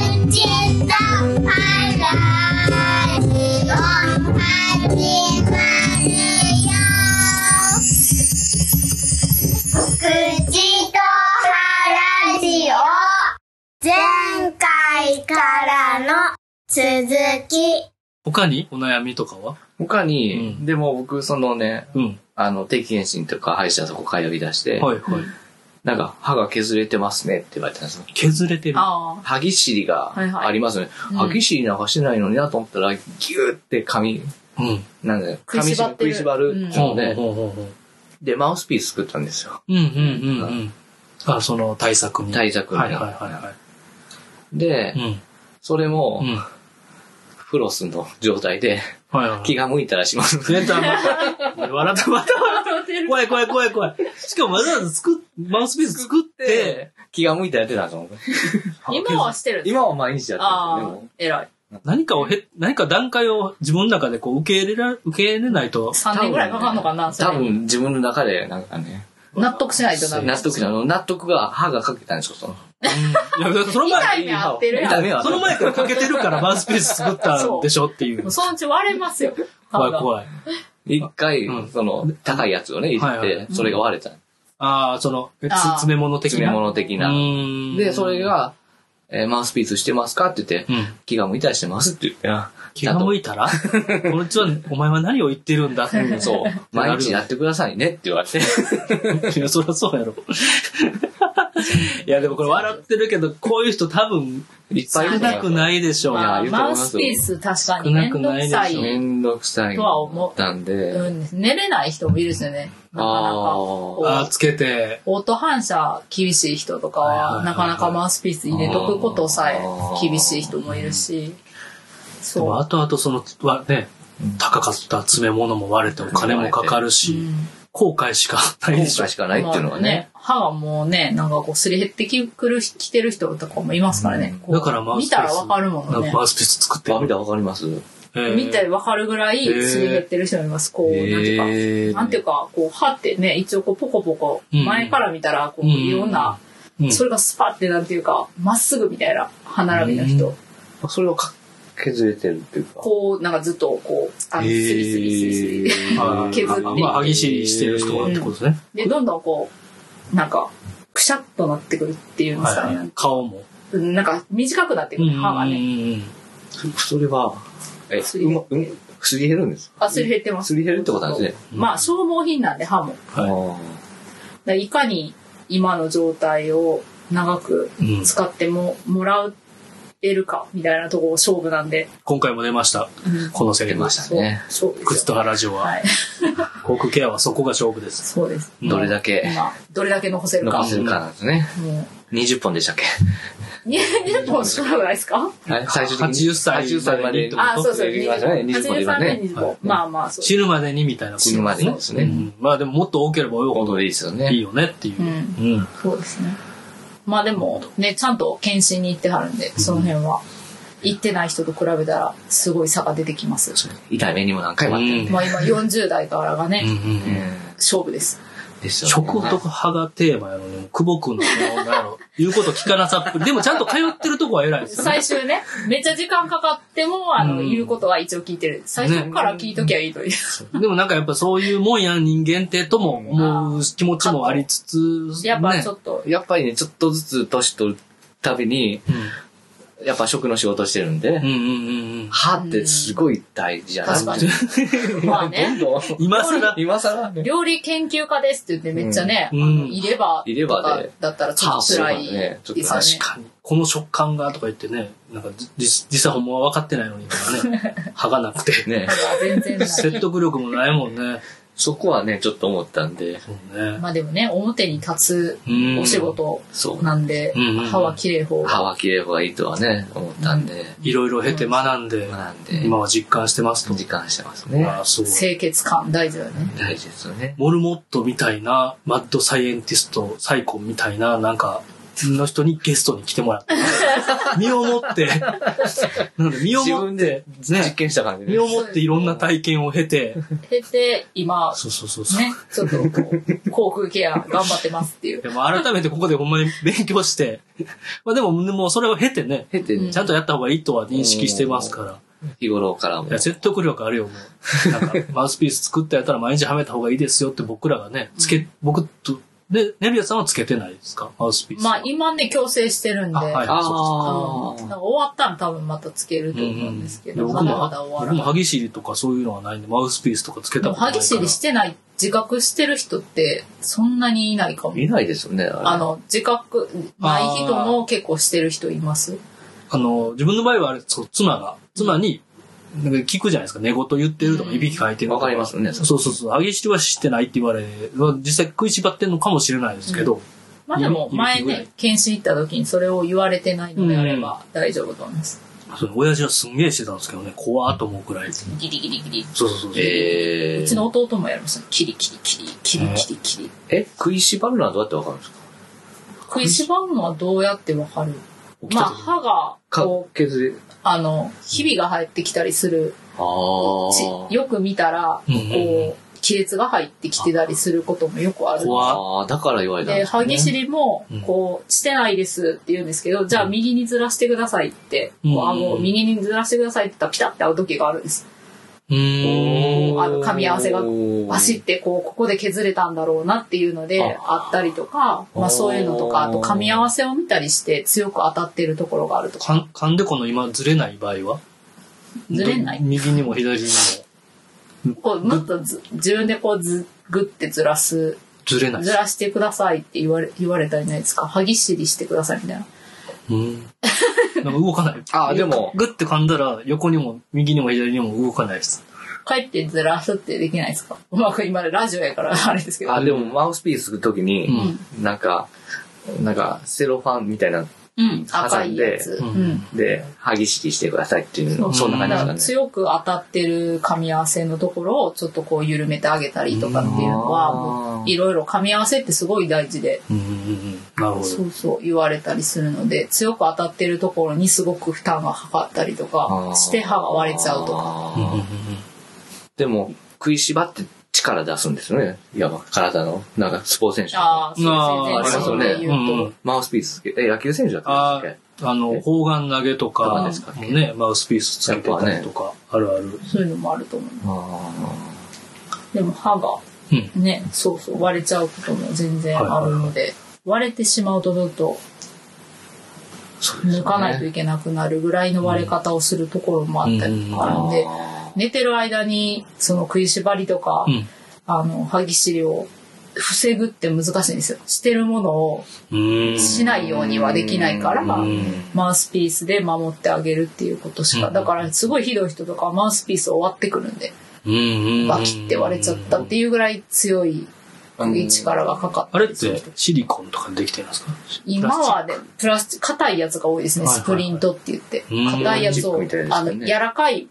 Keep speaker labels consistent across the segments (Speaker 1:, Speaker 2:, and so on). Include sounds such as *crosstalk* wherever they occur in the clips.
Speaker 1: 口と笑いを始まるよ口と腹ジオ前回からの続き
Speaker 2: 他にお悩みとかは
Speaker 3: 他に、
Speaker 2: うん
Speaker 3: でも僕、そのね、
Speaker 2: うん。
Speaker 3: あの、定期検診とか歯医者とか通い出して、
Speaker 2: はいはい。
Speaker 3: なんか歯が削れてますねって言われたんですよ。
Speaker 2: 削れてる。
Speaker 4: あ
Speaker 3: 歯ぎしりが
Speaker 4: はいはい
Speaker 3: ありますよね。
Speaker 4: うん
Speaker 3: 歯ぎしりなんかしてないのになと思ったら、ギューって髪、
Speaker 2: うん。
Speaker 3: なんだよ、
Speaker 4: 食い
Speaker 3: 髪
Speaker 4: しばって
Speaker 3: 食
Speaker 4: る
Speaker 3: いしばるって
Speaker 2: ほうほ
Speaker 3: の
Speaker 2: う
Speaker 3: で、
Speaker 2: ほうほうほう。
Speaker 3: で、マウスピース作ったんですよ。
Speaker 2: うんうんうんうん。あ、その対策に。
Speaker 3: 対策に
Speaker 2: はいはいはいは
Speaker 3: で
Speaker 2: い。、うん。
Speaker 3: それも
Speaker 2: う、ん。
Speaker 3: フロスの状態で、
Speaker 2: はいはい。 *laughs*
Speaker 3: 気が向いたらします。
Speaker 2: 出た、また。笑った、また笑った。怖い怖い怖い怖い。しかもわざわざ作っ、マウスピース作って、
Speaker 3: で、気が向いたらやってたんですよ。
Speaker 4: あ。今はしてるんです
Speaker 3: 今は毎日やっ
Speaker 4: あ
Speaker 3: てるんです
Speaker 4: あ、偉い。
Speaker 2: 何かをへ、何か段階を自分の中でこう受け入れら、受け入れないと、
Speaker 4: 3年ぐらいかかるのかな、そ
Speaker 3: けど
Speaker 4: れ
Speaker 3: ね。多分自分の中でなんかね、
Speaker 4: 納得しないとダメ。
Speaker 3: 納得じゃん納得が歯がかけたんですよ、その。
Speaker 2: いやだってその
Speaker 4: 痛
Speaker 2: 前、
Speaker 4: い目合ってるや
Speaker 3: 痛
Speaker 4: ん。
Speaker 3: みは。
Speaker 2: その前からかけてるからマウスピース作ったんでしょっていう *laughs*
Speaker 4: もう。そのうち割れますよ。
Speaker 2: 怖い
Speaker 4: い。
Speaker 2: 怖い。
Speaker 3: 一回
Speaker 2: うん、
Speaker 3: その、高いやつをね、いじ
Speaker 2: は
Speaker 3: っ
Speaker 2: いは
Speaker 3: て、それが割れた。
Speaker 2: ああ、その、えつ
Speaker 4: あー
Speaker 2: 詰め物的な。
Speaker 3: 詰め物的
Speaker 2: う
Speaker 3: な。
Speaker 2: ーん
Speaker 3: で、それ、が、えーマウスピースしてますかって言って、
Speaker 2: うん。
Speaker 3: 気が向いたらしてますって言ってな。
Speaker 2: 気が向いたらこいつは、お前は何を言ってるんだって
Speaker 3: ちゃんとそう。
Speaker 4: *laughs*
Speaker 3: 毎日やってくださいねって言われて。
Speaker 2: いや、 *laughs* そりゃそう
Speaker 3: *laughs*
Speaker 2: やろ。いや、でもこれ笑ってるけど、こういう人多分、
Speaker 3: いっぱい
Speaker 2: 少
Speaker 3: いると思
Speaker 2: なくないでしょう。
Speaker 4: まあ、
Speaker 3: いや言うと思い
Speaker 4: マウ
Speaker 3: ます
Speaker 4: ス
Speaker 3: よ
Speaker 4: ピース確かに面倒くさい。
Speaker 3: めんどくさい
Speaker 4: とは思う
Speaker 3: なん
Speaker 4: う
Speaker 3: で、
Speaker 4: ん、寝れない人もいるですよね。なかなか。
Speaker 3: あー
Speaker 4: こ
Speaker 2: あー
Speaker 4: う
Speaker 2: つけて。
Speaker 4: オート反射厳しい人とか
Speaker 2: はいはいは
Speaker 4: は、
Speaker 2: い
Speaker 4: なかなかマウスピース入れとくことさえ厳しい人もいるし。
Speaker 2: でも、
Speaker 4: そ
Speaker 2: 後々その、わね、高かった詰め物も割れてお金もかかる
Speaker 4: う。う
Speaker 2: し、
Speaker 4: ん
Speaker 2: 後悔しかない
Speaker 3: 今
Speaker 2: でしょ
Speaker 3: 回。しかないっていうの
Speaker 4: ま
Speaker 3: は
Speaker 4: あ
Speaker 3: ね。
Speaker 4: 歯がもうね、なんかこう、すり減ってきくる、きてる人とかもいますからね。こう
Speaker 2: だからマウスピース
Speaker 4: 見たらわかるも
Speaker 2: なん
Speaker 4: んね
Speaker 2: か。マウスピース作って
Speaker 3: あ、見たらわかります
Speaker 2: えー
Speaker 4: 見たらわかるぐらい、すり減ってる人もいます。こう、なんてい
Speaker 3: え
Speaker 4: うか。なんていうか、こう、歯ってね、一応こう、ポコポコ、
Speaker 2: うん
Speaker 4: 前から見たら、こう、
Speaker 2: うん
Speaker 4: いろんな、
Speaker 2: うん
Speaker 4: それがスパってなんていうか、まっすぐみたいな歯並びの人、
Speaker 3: か。それをか削れてるっていうか。
Speaker 4: こう、なんかずっと、こう、あの、スリスリスリスリ。
Speaker 3: えー
Speaker 2: あー
Speaker 4: *laughs* 削って
Speaker 2: まあ、激しいしてる人はってことね。
Speaker 4: で、どんどんこう、なんか、くしゃっとなってくるっていうんですか
Speaker 2: はい
Speaker 4: ね。
Speaker 2: はい顔も。
Speaker 4: うんなんか、短くなってくる、歯がね。
Speaker 2: ね。
Speaker 3: それは、え、
Speaker 4: すり
Speaker 3: うま、うん、すり減るんです
Speaker 4: あ、すり減ってます
Speaker 3: す。り減るってことなんですね。
Speaker 4: まあ、消耗品なんで、歯も。だか
Speaker 2: はい
Speaker 3: あ
Speaker 4: らいかに、今の状態を長く
Speaker 2: うん
Speaker 4: 使っても、もらえるか、みたいなとこ勝負なんで。
Speaker 2: 今回も出ました。このセリフ。
Speaker 3: 出ました
Speaker 4: そう
Speaker 3: ね。
Speaker 4: そうですよ
Speaker 2: 靴と原ジオは、
Speaker 4: はい。
Speaker 2: 航空ケアはそこが勝負です。
Speaker 4: そうです。
Speaker 3: ーどれだけ
Speaker 4: 今、どれだけ残せるか。
Speaker 3: 残
Speaker 4: も
Speaker 3: せるかなんですね。
Speaker 4: う、
Speaker 3: 20本でしたっけ
Speaker 4: *laughs* 20本しかないですか
Speaker 3: はい最終的に
Speaker 2: 80歳
Speaker 3: 80歳まで
Speaker 2: ってこと
Speaker 4: あ、そうそう。
Speaker 3: 言いましたね
Speaker 4: 20
Speaker 3: 20本で今
Speaker 4: 83
Speaker 3: ね
Speaker 2: は
Speaker 4: 年20
Speaker 2: い
Speaker 4: 本。まあまあ、そう。
Speaker 2: 死ぬまでにみたいなこと
Speaker 3: 死ぬまでにですね
Speaker 2: うんまあでももっと多ければ多い
Speaker 3: 本
Speaker 2: ほ
Speaker 3: 当でいいですよ
Speaker 2: ど
Speaker 3: ね。
Speaker 2: いいよねっていうう。
Speaker 4: ん。
Speaker 2: うん。
Speaker 4: そうですね。まあでも、ね、ちゃんと検診に行ってはるんで、その辺は。行ってない人と比べたら、すごい差が出てきますよ。
Speaker 3: 痛い目にも何回もあってるんで。
Speaker 4: まあ今、40代からが
Speaker 2: うんう
Speaker 4: ね、
Speaker 2: んうん
Speaker 4: 勝負です。
Speaker 3: ですよね。
Speaker 2: 食と歯がテーマやのに、久保くんのその、なんやろ言うこと聞かなさっぷり。でもちゃんと通ってるとこは偉いですよね。
Speaker 4: 最終ね、めっちゃ時間かかっても、あの、
Speaker 2: うん
Speaker 4: 言うことは一応聞いてる。最初から聞いときゃいいという。
Speaker 2: でもなんかやっぱそういうもんや人間ってとも思う気持ちもありつつ、
Speaker 4: *laughs* やっぱ
Speaker 2: ね
Speaker 4: ちょっと、
Speaker 3: やっぱりね、ちょっとずつ年取るたびに、やっぱ食の仕事してるんで、
Speaker 2: うんうんうんうんうん。
Speaker 3: 歯ってすごい大事じゃない
Speaker 4: 確かに。
Speaker 3: *laughs*
Speaker 4: まあね。
Speaker 3: どんどん
Speaker 2: 今更、
Speaker 3: 今更ね、
Speaker 4: 料理研究家ですって言ってめっちゃね、
Speaker 2: うんう
Speaker 4: あの
Speaker 2: ん
Speaker 4: 入れ歯
Speaker 3: 入れ
Speaker 4: と
Speaker 3: 歯
Speaker 4: か
Speaker 3: で
Speaker 4: だったらちょっと辛い
Speaker 3: ちょっ
Speaker 4: で
Speaker 3: と
Speaker 4: すよね
Speaker 2: 確。かに。この食感がとか言ってね、なんか実実際ほんまは分かってないのにとか
Speaker 4: *laughs*
Speaker 2: ね、歯がなくて。
Speaker 3: ね、
Speaker 4: 全然ない。
Speaker 2: 説得力もないもんね。
Speaker 3: そこはね、ちょっと思ったんで、
Speaker 2: そうね。
Speaker 4: まあでもね、表に立つ
Speaker 2: うん
Speaker 4: お仕事
Speaker 3: そう。
Speaker 4: なんで、
Speaker 2: うんうん
Speaker 4: 歯は綺麗方
Speaker 3: 歯
Speaker 4: が。
Speaker 3: は綺麗な方がいいとはね、思ったんで、
Speaker 2: いろいろ経て学んで、
Speaker 3: なんで、
Speaker 2: 今は実感してますと。
Speaker 3: 時間してますね。
Speaker 2: ああ、そう。
Speaker 4: 清潔感大事だよね。
Speaker 3: 大事ですよね。
Speaker 2: モルモットみたいな、マッドサイエンティスト、サイコンみたいな、なんか、の人にゲストに来てもら
Speaker 4: *laughs*
Speaker 2: って。身をもって、なんで身を
Speaker 3: 自
Speaker 2: もっ
Speaker 3: 分で
Speaker 2: て、
Speaker 3: 実
Speaker 2: ね、
Speaker 3: 験した感じで
Speaker 2: 身をもっていろんな体験を経て、
Speaker 4: 経て、今、
Speaker 2: そうそうそうそう。
Speaker 4: ね、ちょっとこう、 *laughs* 航空ケア頑張ってますっていう。
Speaker 2: でも改めてここでほんまに勉強
Speaker 4: *laughs*
Speaker 2: して、まあでも、もうそれを経てね、
Speaker 3: 経てね
Speaker 2: ちゃんとやった方がいいとは認識してますから。
Speaker 3: 日頃からも
Speaker 2: いや、説得力あるよ、もう。なんか、マウスピース作ってやったら毎日はめた方がいいですよって僕らがね、つけ、僕と、で、ネビアさんはつけてないですかマウスピース。
Speaker 4: まあ、今ね、矯正してるんで、
Speaker 2: あはい
Speaker 4: うんなんか終わったら多分またつけると思うんですけど、
Speaker 2: 僕
Speaker 4: まだま
Speaker 2: も
Speaker 4: だ、終
Speaker 2: 僕
Speaker 4: わら
Speaker 2: も
Speaker 4: ない。
Speaker 2: 歯ぎしりとかそういうのはないんで、マウスピースとかつけ
Speaker 4: で
Speaker 2: た
Speaker 4: も
Speaker 2: ことない
Speaker 4: 歯
Speaker 2: から。
Speaker 4: ぎしりしてない、自覚してる人って、そんなにいないかも。
Speaker 3: 見ないですよねあれ
Speaker 4: あの、自覚ない人も結構してる人います。
Speaker 2: あの、自分の場合はあれ、そう、妻が、妻に、なんか聞くじゃないですか。寝言言ってるとか、
Speaker 4: うん
Speaker 2: いびきかいてるとか。
Speaker 3: わかりますね
Speaker 2: そうそうそう。歯ぎしりはしてないって言われ、実際食いしばってんのかもしれないですけど、
Speaker 4: まあでも、
Speaker 2: うん
Speaker 4: 前ね、検診行った時にそれを言われてないのであれば大丈夫と思います。
Speaker 2: その親父はすんげえしてたんですけどね、怖ーと思うくらい。そう
Speaker 4: ギリギリギリ。
Speaker 2: そうそうそう。
Speaker 3: えー
Speaker 4: うちの弟もやりました。キリキリキリ、キリキリキリ。
Speaker 3: え食いしばるのはどうやってわかるんですか
Speaker 4: 食いしばるのはどうやってわかるまあ、歯が、こ
Speaker 3: か血で
Speaker 4: う、あの、ひびが入ってきたりする。
Speaker 3: ああ
Speaker 4: ちよく見たら、
Speaker 2: うんうんうん
Speaker 4: こう、亀裂が入ってきてたりすることもよくある。
Speaker 2: 怖
Speaker 3: ああだから言われたん
Speaker 4: で、
Speaker 3: ですね
Speaker 4: 歯ぎしりも
Speaker 2: うん、
Speaker 4: こう、してないですって言うんですけど、じゃあ右にずらしてくださいって、こう
Speaker 2: うん
Speaker 4: あの、右にずらしてくださいって言ったらピタッて合う時があるんです。
Speaker 2: うーん。
Speaker 4: あの噛み合わせが
Speaker 3: おー
Speaker 4: バシってこう、ここで削れたんだろうなっていうので、あったりとか、まあそういうのとか、あと噛み合わせを見たりして強く当たってるところがあると
Speaker 2: か
Speaker 4: か、
Speaker 2: ん噛んでこの今ずれない場合は
Speaker 4: ずれない
Speaker 2: ど右にも左にも
Speaker 4: こう、もっとず自分でこう、ず、ぐってずらす、
Speaker 2: ずれない
Speaker 4: ずらしてくださいって言われ、言われたじゃないですか。歯ぎしりしてくださいみたいな。
Speaker 2: うんなんか動かない
Speaker 3: あーでも
Speaker 2: グッて噛んだら横にも右にも左にも動かないです
Speaker 4: 帰ってずらすってできないですかうまく今ラジオやからあれですけど。
Speaker 3: あでもマウスピースするときに、
Speaker 2: うん
Speaker 3: なんかなんかセロファンみたいな
Speaker 4: うん、赤いやつ。
Speaker 2: う
Speaker 4: うんん。
Speaker 3: で歯ぎしりしてくださいっていうのそんな
Speaker 4: だ
Speaker 3: 感
Speaker 4: から
Speaker 3: じですかね
Speaker 4: 強く当たってる噛み合わせのところをちょっとこう緩めてあげたりとかっていうのは、
Speaker 3: うん
Speaker 4: もういろいろ噛み合わせってすごい大事で、
Speaker 2: うんうんうんなるほど
Speaker 4: そうそう言われたりするので、強く当たってるところにすごく負担がかかったりとか
Speaker 3: あ、ー
Speaker 4: して歯が割れちゃうとか。
Speaker 3: あ
Speaker 2: うんうんうん
Speaker 3: ーでも食いしばって力出すんですよねいわば体のなんかスポーツ選手
Speaker 4: ああ、
Speaker 2: あ
Speaker 3: ー
Speaker 4: そうですね。
Speaker 2: あ
Speaker 4: 全然
Speaker 2: りますよね
Speaker 4: 言
Speaker 2: う
Speaker 4: うんと。
Speaker 3: マウスピースつけえ野球選手だったん
Speaker 2: あ
Speaker 3: ですっ
Speaker 2: ーあの砲丸投げと
Speaker 3: とか
Speaker 2: か
Speaker 3: ですか
Speaker 2: もねマウスピースつけてたりとかあるある
Speaker 4: そういうのもあると思う。
Speaker 3: けあ
Speaker 4: でも歯が
Speaker 2: うん
Speaker 4: ね、そうそう、割れちゃうことも全然あるので、割れてしまうとずっと
Speaker 3: ーそうですよね
Speaker 4: 抜かないといけなくなるぐらいの割れ方をするところもあったりとかあるんで、
Speaker 3: あ
Speaker 4: 寝てる間にその食いしばりとか、
Speaker 2: うん
Speaker 4: あの、歯ぎしりを防ぐって難しいんですよ。してるものを
Speaker 2: うーん
Speaker 4: しないようにはできないから、
Speaker 2: ん
Speaker 4: マウスピースで守ってあげるっていうことしか、
Speaker 2: うん
Speaker 4: だからすごいひどい人とかはマウスピースを割ってくるんで、
Speaker 2: うん
Speaker 4: バキって割れちゃったっていうぐらい強い力がかかって
Speaker 2: あれっ
Speaker 4: る
Speaker 2: てシリコンとかできてるんですか
Speaker 4: 今はね、プラスチック、硬いやつが多いですね、
Speaker 2: はいはいはい
Speaker 4: スプリントって言って。
Speaker 2: うん
Speaker 4: 硬いやつ
Speaker 3: プ
Speaker 4: を、
Speaker 3: ラスチックみたいですね
Speaker 4: あの、柔らかい、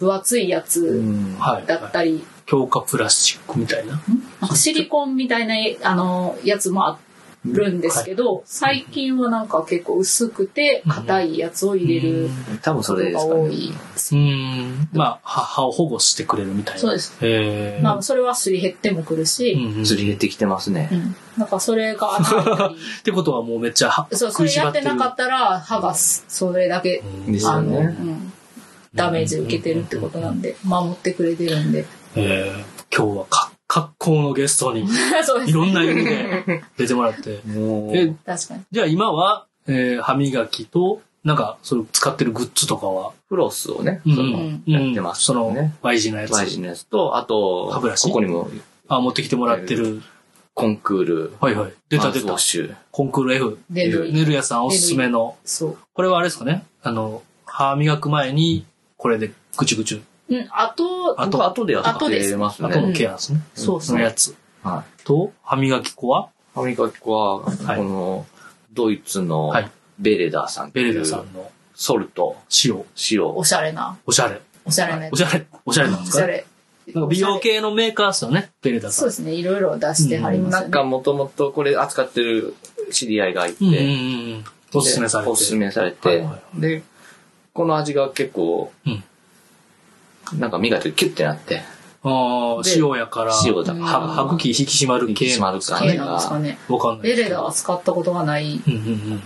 Speaker 4: 分厚いや
Speaker 3: ーう
Speaker 4: つ
Speaker 3: ん
Speaker 2: はい
Speaker 4: だったり、
Speaker 2: 強化プラスチックみたいな
Speaker 4: なんかシリコンみたいな、あの、やつもあるんですけど、最近はなんか結構薄くて、硬いやつを入れる
Speaker 3: 多分
Speaker 4: こ
Speaker 3: そ
Speaker 4: と
Speaker 3: れで
Speaker 4: が
Speaker 3: すか
Speaker 4: 多
Speaker 3: ね
Speaker 4: い。
Speaker 2: うん。まあ、は歯を保護してくれるみたいな。
Speaker 4: そうです。
Speaker 2: へえ。
Speaker 4: まあ、それはすり減ってもくるし、
Speaker 2: うんうん
Speaker 3: 釣り減ってきてますね
Speaker 4: うん。なんかそれが当たったり、
Speaker 2: ってことはもうめっちゃ歯
Speaker 4: そう、そ
Speaker 2: 食い
Speaker 4: れ
Speaker 2: し
Speaker 4: や
Speaker 2: ば
Speaker 4: っ
Speaker 2: って
Speaker 4: て
Speaker 2: る。
Speaker 4: なかったら、歯がそれだけ
Speaker 2: うん
Speaker 3: ですよ
Speaker 4: あの、う
Speaker 3: ね
Speaker 4: ん、ダメージ受けてるってことなんで、守ってくれてるんで。 *laughs*
Speaker 2: えー今日はか格好のゲストに
Speaker 4: そうで
Speaker 2: い
Speaker 4: す。
Speaker 2: ろんな意味
Speaker 4: *laughs*
Speaker 2: で出てもらって。
Speaker 3: もう
Speaker 2: え、
Speaker 4: 確かに。
Speaker 2: じゃあ今は、えー歯磨きと、なんか、それ使ってるグッズとかは、
Speaker 3: フロスをね、
Speaker 2: うん
Speaker 3: その
Speaker 4: うん
Speaker 3: やってます
Speaker 2: そ
Speaker 3: よ
Speaker 2: の
Speaker 3: ね。、
Speaker 2: Y 字のやつ。
Speaker 3: マジのやつと、あと、
Speaker 2: 歯ブラシ
Speaker 3: ここにも
Speaker 2: あ、持ってきてもらってる。
Speaker 3: コンクール、
Speaker 2: はいはい。出た
Speaker 3: マウ
Speaker 2: 出
Speaker 3: スウォ
Speaker 2: た
Speaker 3: ッ。シュ。
Speaker 2: コンクール F。
Speaker 4: で、ルイ
Speaker 2: ねるやさんおすすめの。
Speaker 4: そ
Speaker 2: これはあれですかねあの、歯磨く前に、これでぐちゅぐちゅ。
Speaker 4: う。うん、あと、
Speaker 2: あ
Speaker 3: あ
Speaker 2: と
Speaker 3: と、後でやっ
Speaker 4: 後で
Speaker 3: て
Speaker 4: す
Speaker 3: ます
Speaker 2: あ
Speaker 3: ね。
Speaker 2: とのケアですね。
Speaker 4: そう
Speaker 2: そ
Speaker 4: そう
Speaker 2: の。やつ。
Speaker 3: はい。
Speaker 2: と、歯磨き粉は
Speaker 3: 歯磨き粉は、
Speaker 2: はい
Speaker 3: この、ドイツの
Speaker 2: はい
Speaker 3: ベレダーさんって
Speaker 2: ベ
Speaker 3: い
Speaker 2: レ
Speaker 3: う
Speaker 2: ダさんの
Speaker 3: ソルト、
Speaker 2: 塩。
Speaker 3: 塩。
Speaker 4: おしゃれな、
Speaker 2: おしゃれ。
Speaker 4: おしゃれなや
Speaker 2: お
Speaker 4: つ。
Speaker 2: しゃれ。おしゃれなんです
Speaker 4: おし
Speaker 2: か
Speaker 4: ゃれ。
Speaker 2: なんか美容系のメーカーですよね、ペレダさ。
Speaker 4: そうんですね、いろいろ出してはります
Speaker 3: な
Speaker 4: よ
Speaker 3: ん
Speaker 4: ね。
Speaker 3: かもともとこれ扱ってる知り合いがいて、
Speaker 2: うんうんうん。おすすめされて。
Speaker 3: おすすめされて、
Speaker 2: はいはいは
Speaker 3: で、この味が結構、
Speaker 2: うん
Speaker 3: なんか身がキュッてなって、
Speaker 2: ああ、
Speaker 3: で
Speaker 2: 塩やから、
Speaker 3: 塩だ
Speaker 2: は
Speaker 3: から
Speaker 2: 歯茎引き締まる
Speaker 3: 引き
Speaker 2: 系
Speaker 3: 締まる感
Speaker 4: 系
Speaker 3: じ
Speaker 4: なんですか
Speaker 3: が。
Speaker 4: ね。
Speaker 2: わかんないで
Speaker 4: ベ
Speaker 2: すけど。
Speaker 4: レダは使ったことがない。
Speaker 2: うんうん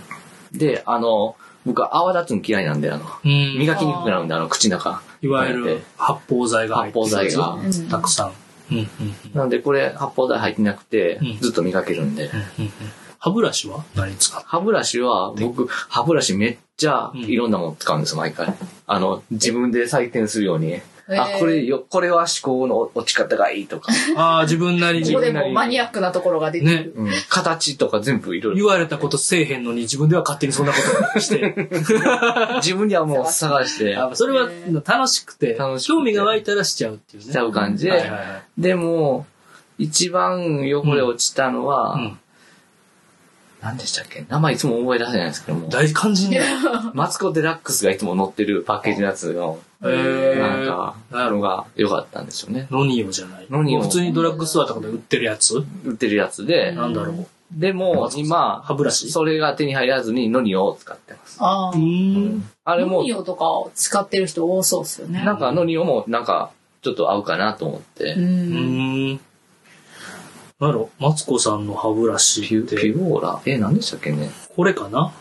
Speaker 3: で、あの、僕は泡立つの嫌いなんで、あの、
Speaker 2: うん。うん。
Speaker 3: 磨きにくくなるんで、あの、口の中。
Speaker 2: いわゆる発泡剤が入ってるやつ
Speaker 3: 発泡
Speaker 4: 剤が
Speaker 2: たくさん。うんうんうん
Speaker 3: なので、これ、発泡剤入ってなくて
Speaker 2: うん、
Speaker 3: ずっと磨けるんで。
Speaker 2: うんうんうん。歯ブラシは何使
Speaker 4: *laughs*
Speaker 2: う
Speaker 3: 歯ブラシは、僕、歯ブラシめっちゃいろんなもの使うんです、毎回。あの、自分で採点するように。あ
Speaker 4: えー、
Speaker 3: これよ、これは思考の落ち方がいいとか、
Speaker 2: ああ、自分なり
Speaker 4: こ
Speaker 2: に
Speaker 4: こ。でもうマニアックなところが出て
Speaker 2: ね
Speaker 4: る。。
Speaker 3: うん、形とか全部いろい
Speaker 2: 言
Speaker 3: ろ。
Speaker 2: われたことせえへんのに自分では勝手にそんなこと
Speaker 3: *laughs*
Speaker 2: して。
Speaker 3: 自分にはもう探して、
Speaker 2: あそれは楽しくて
Speaker 3: 楽、しくて
Speaker 2: 興味が湧いたらしちゃうっていうね。
Speaker 3: しちゃう感じ
Speaker 2: はい
Speaker 3: で
Speaker 2: はい。はい。
Speaker 3: でも、一番汚れ落ちたのは、
Speaker 2: うん。
Speaker 3: 何でしたっけ名前いつも思い出せないんですけども、
Speaker 2: 大肝心だよ。
Speaker 3: マツコ・デラックスがいつも乗ってるパッケージのやつの、
Speaker 2: へー
Speaker 3: なんか、
Speaker 2: なる
Speaker 3: のが良かったんですよね。
Speaker 2: ノニオじゃない。
Speaker 3: ノニオ
Speaker 2: 普通にドラッグストアとかで売ってるやつ
Speaker 3: 売ってるやつで、
Speaker 2: なんだろう。
Speaker 3: でも、今、
Speaker 2: 歯ブラシ
Speaker 3: それが手に入らずにノニオを使ってます。
Speaker 4: ああ。
Speaker 2: ん。
Speaker 3: あれ
Speaker 4: ノ
Speaker 3: も
Speaker 4: ミ、オとかを使ってる人多そうですよね。
Speaker 3: なんかノニオもなんか、ちょっと合うかなと思って
Speaker 4: う、。
Speaker 2: うんん。なんだろう、マツコさんの歯ブラシ
Speaker 3: ピュ
Speaker 2: っ
Speaker 3: ピ
Speaker 2: て、
Speaker 3: ュオーラえ、何でしたっけね
Speaker 2: これかな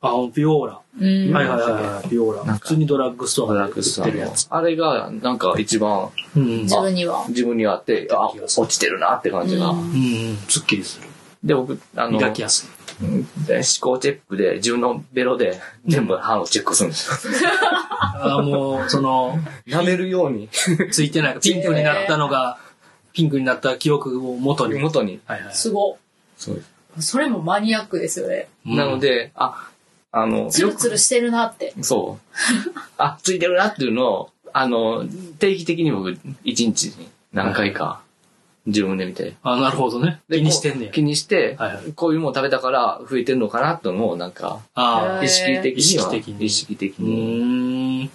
Speaker 2: あ、ビオーラ。
Speaker 4: うん。
Speaker 2: はいはいはいはい、ビオーラ。
Speaker 3: なん
Speaker 2: 普
Speaker 3: か
Speaker 2: 通にドラッグスト
Speaker 3: ド
Speaker 2: ア
Speaker 3: ラ
Speaker 2: で
Speaker 3: ッ
Speaker 2: 売
Speaker 3: グス
Speaker 2: っ
Speaker 3: トア
Speaker 2: てるや
Speaker 3: の
Speaker 2: つ。。
Speaker 3: あれが、なんか一番
Speaker 2: うん。うん
Speaker 4: 自分には。
Speaker 3: 自分に合って、あ、落ちてるなって感じが。
Speaker 4: うん
Speaker 2: うん、すっきりする。
Speaker 3: で、僕、あの、
Speaker 2: 磨きやすい。
Speaker 3: うんで思考チェックで、自分のベロで全部歯をチェックするんですよ。
Speaker 2: あーもう、その、
Speaker 3: 舐めるように、
Speaker 2: ついてない。ピンクになったのが、ピンクになった記憶を元に。
Speaker 3: *laughs* 元に。
Speaker 2: はいはい。
Speaker 4: すご
Speaker 3: そうです
Speaker 4: い。それもマニアックですよね。
Speaker 3: なので、あ、あの、
Speaker 4: ツルツルしてるなって。
Speaker 3: そう。あ、ついてるなっていうのを、あの、定期的に僕、一日に何回か、自分で見て。
Speaker 2: あ、なるほどね。
Speaker 3: で
Speaker 2: 気にしてんね
Speaker 3: こ
Speaker 2: や
Speaker 3: う。気にして、
Speaker 2: はいはい
Speaker 3: こういうもの食べたから増えてるのかなと思う、なんか、
Speaker 2: あ
Speaker 4: へ
Speaker 2: あ
Speaker 4: ー。
Speaker 3: 意識的には。
Speaker 2: 意識的に
Speaker 3: 意識的
Speaker 2: う
Speaker 3: に
Speaker 2: ーん。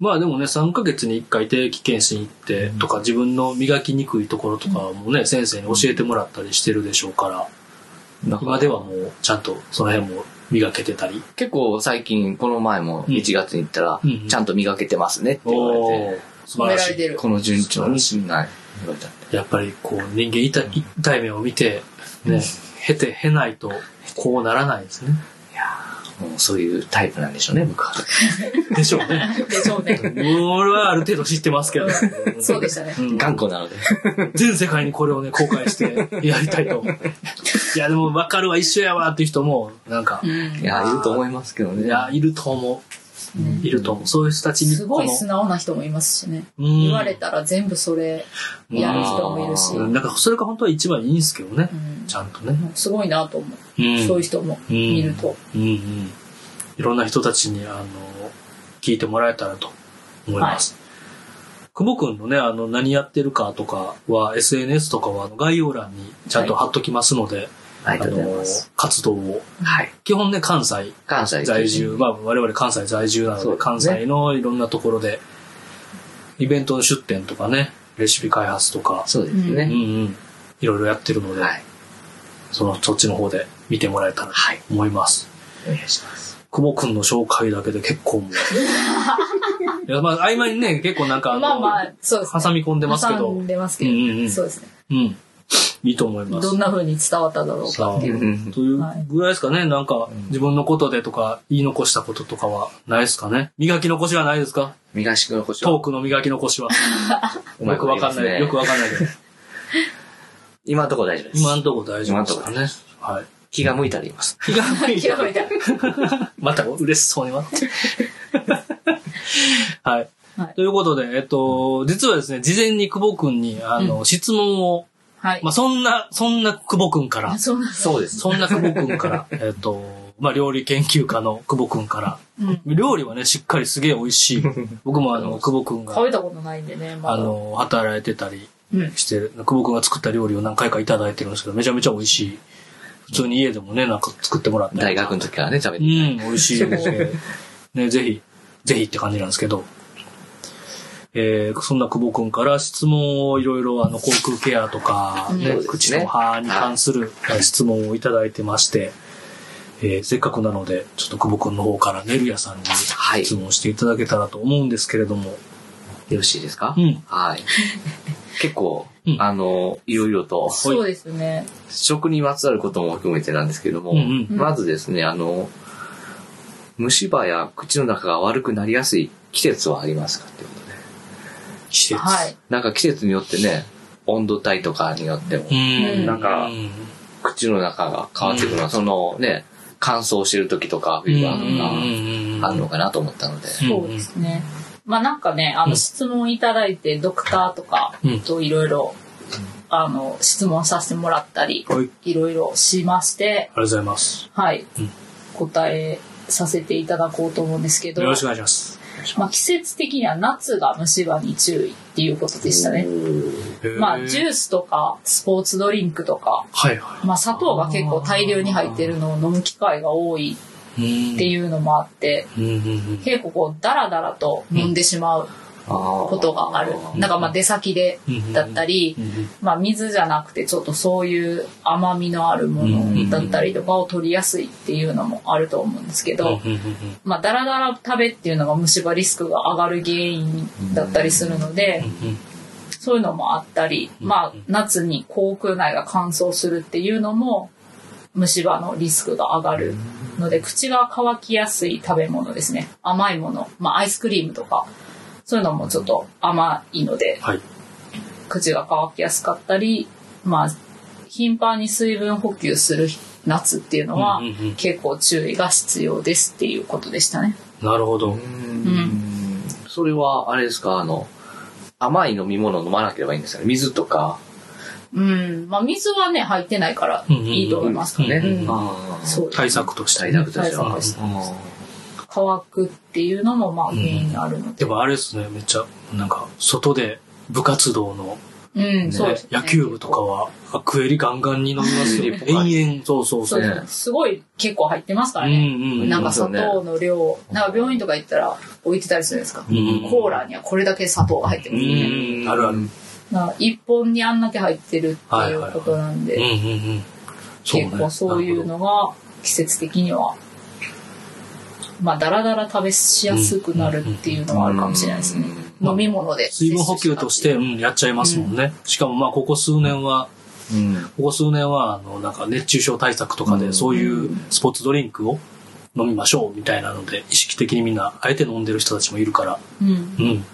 Speaker 2: まあでもね、3ヶ月に1回定期検診行ってとか、自分の磨きにくいところとかもね、先生に教えてもらったりしてるでしょうから、
Speaker 3: なんか
Speaker 2: 今ではもうちゃんとその辺も磨けてたり。
Speaker 3: 結構最近、この前も1月に行ったら、
Speaker 2: うんうん
Speaker 3: ちゃんと磨けてますねって言われて。
Speaker 2: おー、素
Speaker 4: 褒
Speaker 2: 晴
Speaker 4: め
Speaker 2: ら
Speaker 4: ら
Speaker 2: し
Speaker 4: れ
Speaker 2: い。
Speaker 4: てる。
Speaker 3: この順調にしない。
Speaker 2: やっぱりこう人間痛い痛い目を見て、ね、経て、経ないとこうならないですね。
Speaker 3: もうそういうタイプなんでしょうね、僕は。
Speaker 2: でしょうね。
Speaker 4: *laughs* でしょうね。
Speaker 2: 俺はある程度知ってますけど。
Speaker 4: そうでしたね。
Speaker 2: うん
Speaker 3: 頑固なので。
Speaker 4: *laughs*
Speaker 2: 全世界にこれをね、公開してやりたいと。いや、でも分かるわ、一緒やわっていう人も、なんか
Speaker 4: う、ん
Speaker 3: い。や、いると思いますけどね。
Speaker 2: いや、いると思う。いると思う。そういう人たちに、
Speaker 4: すごい
Speaker 2: この
Speaker 4: 素直な人もいますしね。
Speaker 2: うん
Speaker 4: 言われたら全部それやる人もいるし。
Speaker 3: う
Speaker 2: うん
Speaker 4: う
Speaker 2: なんか、それが本当は一番いいんですけどね。
Speaker 4: ん
Speaker 2: ちゃんとね。
Speaker 4: すごいなと思
Speaker 2: う。
Speaker 4: う。そういうん人も見ると。
Speaker 2: うんうん。いろんな人たちに、あの、聞いてもらえたらと思います。久保くんのね、あの、何やってるかとかは、SNS とかはあの概要欄にちゃんと貼っときますので、
Speaker 3: あり
Speaker 2: あ
Speaker 3: がとうござい
Speaker 2: の
Speaker 3: ます。、
Speaker 2: 活動を。
Speaker 3: はい。
Speaker 2: 基本ね、関西
Speaker 3: 関西
Speaker 2: 在住、まあ我々関西在住なの
Speaker 3: そう
Speaker 2: で、
Speaker 3: ですね
Speaker 2: 関西のいろんなところで、イベントの出店とかね、レシピ開発とか、
Speaker 3: そうです
Speaker 2: うん
Speaker 3: ね。
Speaker 2: うん、いろいろやってるので、
Speaker 3: はい。
Speaker 2: その、そっちの方で見てもらえたらと
Speaker 3: はい。
Speaker 2: 思います。
Speaker 3: お願いします。
Speaker 2: 久保くんの紹介だけで結構もう。いや、まあ、合間にね、結構なんかあの、
Speaker 4: まあまあ、そうですね。
Speaker 2: 挟み込んでますけど、
Speaker 4: 挟んでますけ
Speaker 2: うんうんうん
Speaker 4: ど。そうですね。
Speaker 2: うん。いいと思います。
Speaker 4: どんな風に伝わっただろうか。
Speaker 2: さあ、というぐらいですかね、なんか、自分のことでとか、言い残したこととかはないですかね。磨き残しはないですか
Speaker 3: 磨しくの腰
Speaker 2: トークの磨き残しは。
Speaker 3: うま
Speaker 2: *laughs* よ
Speaker 3: いこ
Speaker 2: くわ
Speaker 3: と言いま
Speaker 2: かん
Speaker 3: す
Speaker 2: な
Speaker 3: ね
Speaker 2: い。よくわ *laughs* かんないけど。
Speaker 3: 今のところ大丈夫です。
Speaker 2: 今んとこ大丈夫ですか
Speaker 3: 今
Speaker 2: ね。はい。
Speaker 3: 気が向いたら言います。
Speaker 2: 気が向いた
Speaker 4: 諦めた。
Speaker 2: また嬉しそうに待 *laughs* って。はい
Speaker 4: は。い
Speaker 2: ということで、えっと、実はですね、事前に久保くんに、あの、質問を、
Speaker 4: はい
Speaker 2: まあ、。そんな、そんな久保くんから
Speaker 4: あ、そうなんです
Speaker 3: そうです。
Speaker 2: そんな久保くん
Speaker 4: *laughs*
Speaker 2: から、えっと、まあ、料理研究家の久保くんから、
Speaker 4: うん
Speaker 2: 料理はね、しっかりすげえ美味しい。僕もあ
Speaker 4: *laughs*
Speaker 2: の、久保くんが
Speaker 4: 食、べたことないんでね、ま
Speaker 2: あ
Speaker 4: だ。
Speaker 2: の、働いてたり
Speaker 4: うん
Speaker 2: してる、久保くんが作った料理を何回かいただいてるんですけど、めちゃめちゃ美味しい。普通に家でもね、なんか作ってもらったりとか
Speaker 3: 大学の時からね、食べ
Speaker 2: う
Speaker 3: て。
Speaker 4: *laughs*
Speaker 2: ん、美味しいですね。ね、ぜひ、ぜひって感じなんですけど。えーそんな久保くんから質問をいろいろあの、口腔ケアとか、
Speaker 4: うんそう
Speaker 2: ね
Speaker 4: です
Speaker 3: ね
Speaker 2: 口と歯に関するえー質問をいただいてまして、えーせっかくなので、ちょっと久保くんの方からねるやさんに
Speaker 3: はい
Speaker 2: 質問していただけたらと思うんですけれども、
Speaker 3: よろしいですか、
Speaker 2: うん *laughs*
Speaker 3: はい。結構
Speaker 2: うん、
Speaker 3: あの、いろいろと、
Speaker 4: そうですね。
Speaker 3: 食にまつわることも含めてなんですけども、
Speaker 2: うんうん
Speaker 4: うん
Speaker 3: まずですね、あの、虫歯や口の中が悪くなりやすい季節はありますかってことで。
Speaker 2: 季節。
Speaker 4: はい。
Speaker 3: なんか季節によってね、温度帯とかによっても
Speaker 2: う、ん。
Speaker 4: うんなん
Speaker 3: か
Speaker 2: うん
Speaker 3: 口の中が変わってくるのは、そのね、乾燥してる時とか、冬場とか、あるのかなと思ったので。
Speaker 2: うん
Speaker 4: そうですね。まあなんかね、あ
Speaker 2: うん
Speaker 4: の質問いただいて、ドクターとか
Speaker 2: うん
Speaker 4: といろいろ、あの、質問させてもらったり、
Speaker 2: はい。あり
Speaker 4: いろいろしまして、
Speaker 2: がとうございます。
Speaker 4: はい
Speaker 2: うん、
Speaker 4: 答えさせていただこうと思うんですけど
Speaker 2: よ、ろしくお願いします。
Speaker 4: まあ季節的には夏が虫歯に注意っていうことでしたね。まあジュ
Speaker 2: ー
Speaker 4: ースとかスポーツドリンクとか、
Speaker 2: はいは
Speaker 4: まあ砂糖が結構大量に入ってるのを飲む機会が多い
Speaker 2: い。
Speaker 4: って
Speaker 2: う
Speaker 4: いうのもあって、
Speaker 2: ん。うんうんうん
Speaker 4: 結構こうダラダラと飲んでしまうこ
Speaker 3: こと
Speaker 4: がある。なんかまあ出先でだったり
Speaker 2: う、んうん
Speaker 4: まあ水じゃなくてちょっとそういう甘みのあるものだったりとかを取りやすいっていうのもあると思うんですけど、
Speaker 2: うんうんうん
Speaker 4: まあダラダラ食べっていうのが虫歯リスクが上がる原因だったりするので、
Speaker 2: うんうん
Speaker 4: そういうのもあったり、まあ夏に口腔内が乾燥するっていうのも虫歯のリスクが上がるので、口が乾きやすい食べ物ですね。甘いもの、まあアイスクリームとか、そういうのもちょっと甘いので、
Speaker 2: はい。
Speaker 4: 口が乾きやすかったり、まあ、頻繁に水分補給する夏っていうのは
Speaker 2: うんうんうん、
Speaker 4: 結構注意が必要ですっていうことでしたね。
Speaker 2: なるほど。
Speaker 3: うんそれは、あれですか、あの、甘い飲み物飲まなければいいんですよね。水とか。
Speaker 4: うん。まあ、水はね、入ってないからいいと思います
Speaker 2: うんうんうん
Speaker 4: ね。
Speaker 2: うん
Speaker 3: あー
Speaker 4: そう
Speaker 2: 対策として。
Speaker 3: 対策として
Speaker 4: 対
Speaker 3: は
Speaker 4: 策として。
Speaker 3: うん
Speaker 4: 乾くっていうのも、まあ、原因があるの
Speaker 2: で
Speaker 4: で。
Speaker 2: もあれですね、めっちゃ、なんか、外で部活動の、
Speaker 4: うん、そうで
Speaker 2: ね
Speaker 4: す、ね。
Speaker 2: 野球部とかは、アクエリガンガンに飲みますよ。
Speaker 3: うん
Speaker 2: 延々、そうそうそ
Speaker 4: そう
Speaker 2: う。
Speaker 4: ですね。すごい結構入ってますからね。
Speaker 2: うんうん
Speaker 4: なんか砂糖の量、なんか病院とか行ったら置いてたりするんですか。
Speaker 2: うん
Speaker 4: コーラにはこれだけ砂糖が入ってますね。
Speaker 2: うんあるある。
Speaker 4: な一本にあんだけ入ってるっていうことなんで、
Speaker 2: うんうんうん。そうね
Speaker 4: 結構そういうのが季節的にはまあダラダラ食べしやすくなるっていうのはあるかもしれないですね、
Speaker 2: うん
Speaker 4: 飲み物で
Speaker 2: 水分補給として、うん、やっちゃいますもんね。しかもまあ、ここ数年は、
Speaker 3: うん
Speaker 2: ここ数年は、あの、なんか熱中症対策とか
Speaker 3: う
Speaker 2: で、
Speaker 3: ん
Speaker 2: そういうスポーツドリンクを飲みましょうみたいなので、意識的にみんな、あえて飲んでる人たちもいるから、
Speaker 4: うん
Speaker 2: うん。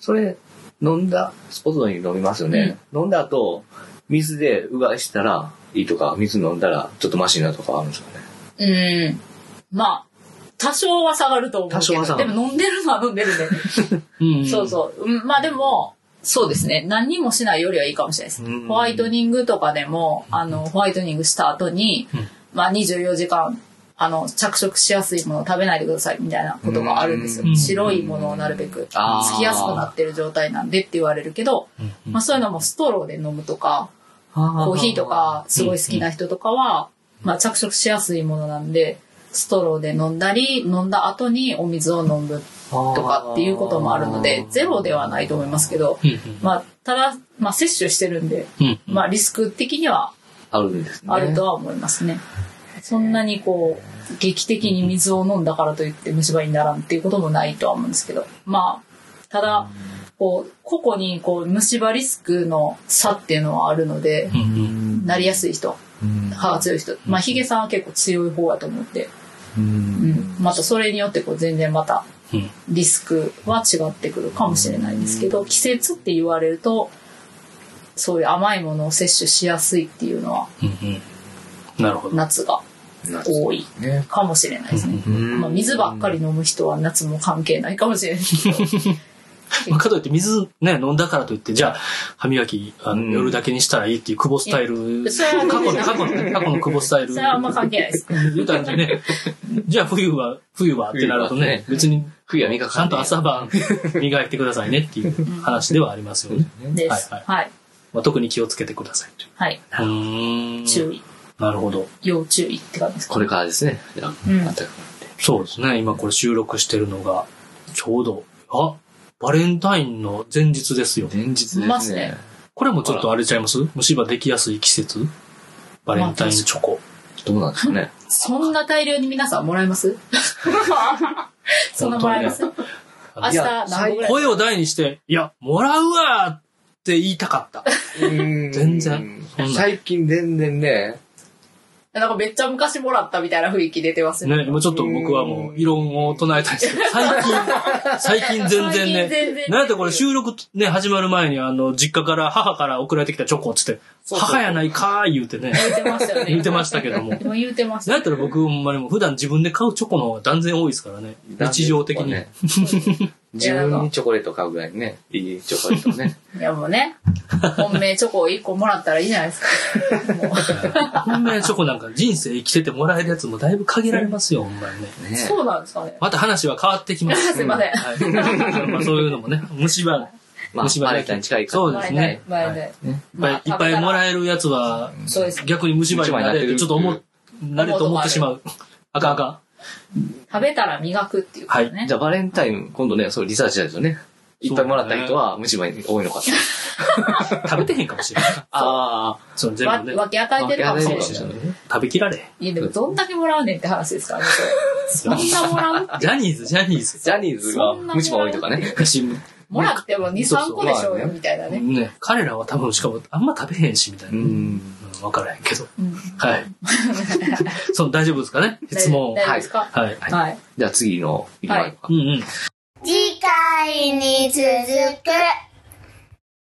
Speaker 3: それ、飲んだ、スポットに飲みますよね。飲んだ後、水でうがいしたらいいとか、水飲んだらちょっとマシになるとかあるんですかね。
Speaker 4: うんまあ多少は下がると思う
Speaker 3: 多
Speaker 4: け
Speaker 3: 少
Speaker 4: ど
Speaker 3: は下が
Speaker 4: で
Speaker 3: る
Speaker 4: も飲んでるのは飲んでるんで、
Speaker 2: うん
Speaker 4: そうそう、うん、まあでもそうですね何にもしないよりはいいかもしれないです、
Speaker 3: うん
Speaker 4: ホワイトニングとかでもあのホワイトニングした後に、
Speaker 2: うん
Speaker 4: まあ、24時間あの着色しやすいものを食べないでくださいみたいなことがあるんです
Speaker 2: う
Speaker 4: よ
Speaker 2: ん
Speaker 4: 白いものをなるべく
Speaker 3: あー
Speaker 4: つきやすくなってる状態なんでって言われるけど、
Speaker 2: うん。うん
Speaker 4: まあ、そういうのもストローで飲むとかコ
Speaker 3: コ
Speaker 4: ーヒーと。かすごい好きな人とかは、まあ、着色しやすいものなんでストローで飲んだり飲んだ後にお水を飲む
Speaker 3: と
Speaker 4: とかっていうこともあるのでゼロではないと思いますけど、
Speaker 2: うん
Speaker 4: まあ、ただ、まあ、摂取してるんで、
Speaker 2: うん。
Speaker 4: まあ、リスク的には
Speaker 3: あるんですね。
Speaker 4: あるとは思いますね。そんなにこう、劇的に水を飲んだからといって虫歯にならんっていうこともないとは思うんですけど。まあ、ただ、こう、個々にこう、虫歯リスクの差っていうのはあるので
Speaker 2: う、んうん
Speaker 4: なりやすい人、
Speaker 3: うん。
Speaker 4: 歯が強い人。まあ、ヒゲさんは結構強い方だと思って、
Speaker 3: う
Speaker 4: うんん。またそれによってこう、全然また
Speaker 2: うん
Speaker 4: リスクは違ってくるかもしれないんですけど、季節って言われると、そういう甘いものを摂取しやすいっていうのは、
Speaker 2: うんうん。なるほど。
Speaker 4: 夏が多い
Speaker 3: ね。
Speaker 4: かもしれないですね。
Speaker 3: うん
Speaker 4: まあ、水ばっかり飲む人は夏も関係ないかもしれないけど。
Speaker 2: まあかといって水ね、飲んだからといって、じゃあ、歯磨き、あの、
Speaker 3: うん
Speaker 2: 夜だけにしたらいいっていう、久保スタイル。
Speaker 4: やそれは
Speaker 2: 過去の、過去のね、過去の久保スタイル。
Speaker 4: それはあんま関係ないです。
Speaker 2: 言ったんでね。じゃあ、冬は、冬はってなるとね、
Speaker 3: 冬はね
Speaker 2: 別に、
Speaker 3: 冬は磨か
Speaker 2: ちゃんと朝晩磨いてくださいねっていう話ではありますよね。
Speaker 4: です。
Speaker 2: は
Speaker 4: はいい、はい。
Speaker 2: まあ、特に気をつけてくださいといううーん。
Speaker 4: 注意。
Speaker 2: なるほど。
Speaker 4: 要注意って感じですか。
Speaker 3: これからですね。じゃあ
Speaker 4: う
Speaker 3: 暖かく
Speaker 4: ん
Speaker 3: なって
Speaker 2: そうですね。今これ収録してるのが、ちょうど、あ、バレンタインの前日ですよ。
Speaker 3: 前日
Speaker 4: ま
Speaker 3: で
Speaker 4: ず
Speaker 3: す
Speaker 4: ね
Speaker 3: ね。
Speaker 2: これもちょっとあれちゃいます虫歯できやすい季節バレンタインチョコ。
Speaker 3: どうなんですかね。
Speaker 4: そんな大量に皆さんもらえます
Speaker 2: *laughs*
Speaker 4: そんなもらえます明
Speaker 2: あ
Speaker 4: 日
Speaker 2: いや
Speaker 4: 何個ぐらい
Speaker 2: 声を大にして、いや、もらうわーって言いたかった。全
Speaker 3: 全
Speaker 2: 然そんな
Speaker 3: 最近全然ね、
Speaker 4: なんかめっちゃ昔もらったみたいな雰囲気出てますね。
Speaker 2: ね、今ちょっと僕はもう異論を唱えたいんですけど、最近、最近全然
Speaker 4: 最近全
Speaker 2: ね
Speaker 4: 然、
Speaker 2: なんやったらこれ収録ね、始まる前にあの、実家から、母から送られてきたチョコっつって、
Speaker 4: そうそう
Speaker 2: 母やないかー言うてね、
Speaker 4: 言ってましたよね。
Speaker 2: 言ってましたけども。
Speaker 4: もう言うてました
Speaker 2: なんやったら僕、ほんまにもう普段自分で買うチョコの方が断然多いですからね。日常的に。
Speaker 3: ね。自分にチョコレート買うぐらいね、いいチョコレートね。
Speaker 4: いやもうね、本命チョコを1個もらったらいいじゃないです
Speaker 2: *laughs*
Speaker 4: か。もう
Speaker 2: 本命チョコなんか人生生きててもらえるやつもだいぶ限られますよ、ほんまにね。
Speaker 3: *laughs* ね
Speaker 4: そうなんですかね。
Speaker 2: また話は変わってきます。
Speaker 4: *laughs* すいません
Speaker 2: はいまあそういうのもね、虫歯、
Speaker 3: まあ
Speaker 2: 虫歯
Speaker 3: バレンタイン近いから
Speaker 2: そうで
Speaker 4: 前
Speaker 2: す
Speaker 4: で
Speaker 2: ね。
Speaker 4: 前で。
Speaker 2: いっぱいいっぱいもらえるやつは、
Speaker 4: そうです。
Speaker 2: 逆に虫歯になれってちょっと思っ、なれと思ってしまう。あかんあかん。
Speaker 4: 食べたら磨くっていうことね。
Speaker 3: じゃあバレンタイン、今度ね、そうリサーチだとね。いっぱいもらった人は虫歯に多いの *laughs* かと。
Speaker 2: 食べてへんかもしれない。
Speaker 3: ああ、
Speaker 2: その全
Speaker 4: わ
Speaker 2: 部ね。
Speaker 4: 分け与えてるかもしれない。
Speaker 2: 食べきられへん。
Speaker 4: いやでもどんだけもらうねんって話ですからね。
Speaker 2: *laughs*
Speaker 4: それそんなもらう
Speaker 2: ジャニーズ、ジャニーズ。
Speaker 3: ジャニーズが虫歯多いとかね。
Speaker 2: 昔、
Speaker 4: もらっても2、3個でしょう
Speaker 3: そうそうまあ
Speaker 4: よ
Speaker 3: ね
Speaker 4: みたいなね。
Speaker 2: ね、彼らは多分しかもあんま食べへんし、みたいな。うん、わからへんけど。
Speaker 4: うん
Speaker 2: *laughs* はい。その大丈夫ですかね質問。
Speaker 4: 大丈夫
Speaker 2: は
Speaker 4: で
Speaker 2: い。
Speaker 4: すか
Speaker 2: はい。
Speaker 4: はい。
Speaker 3: じゃあ次の行きましょうか
Speaker 2: う。んうん。
Speaker 1: 次回に続く。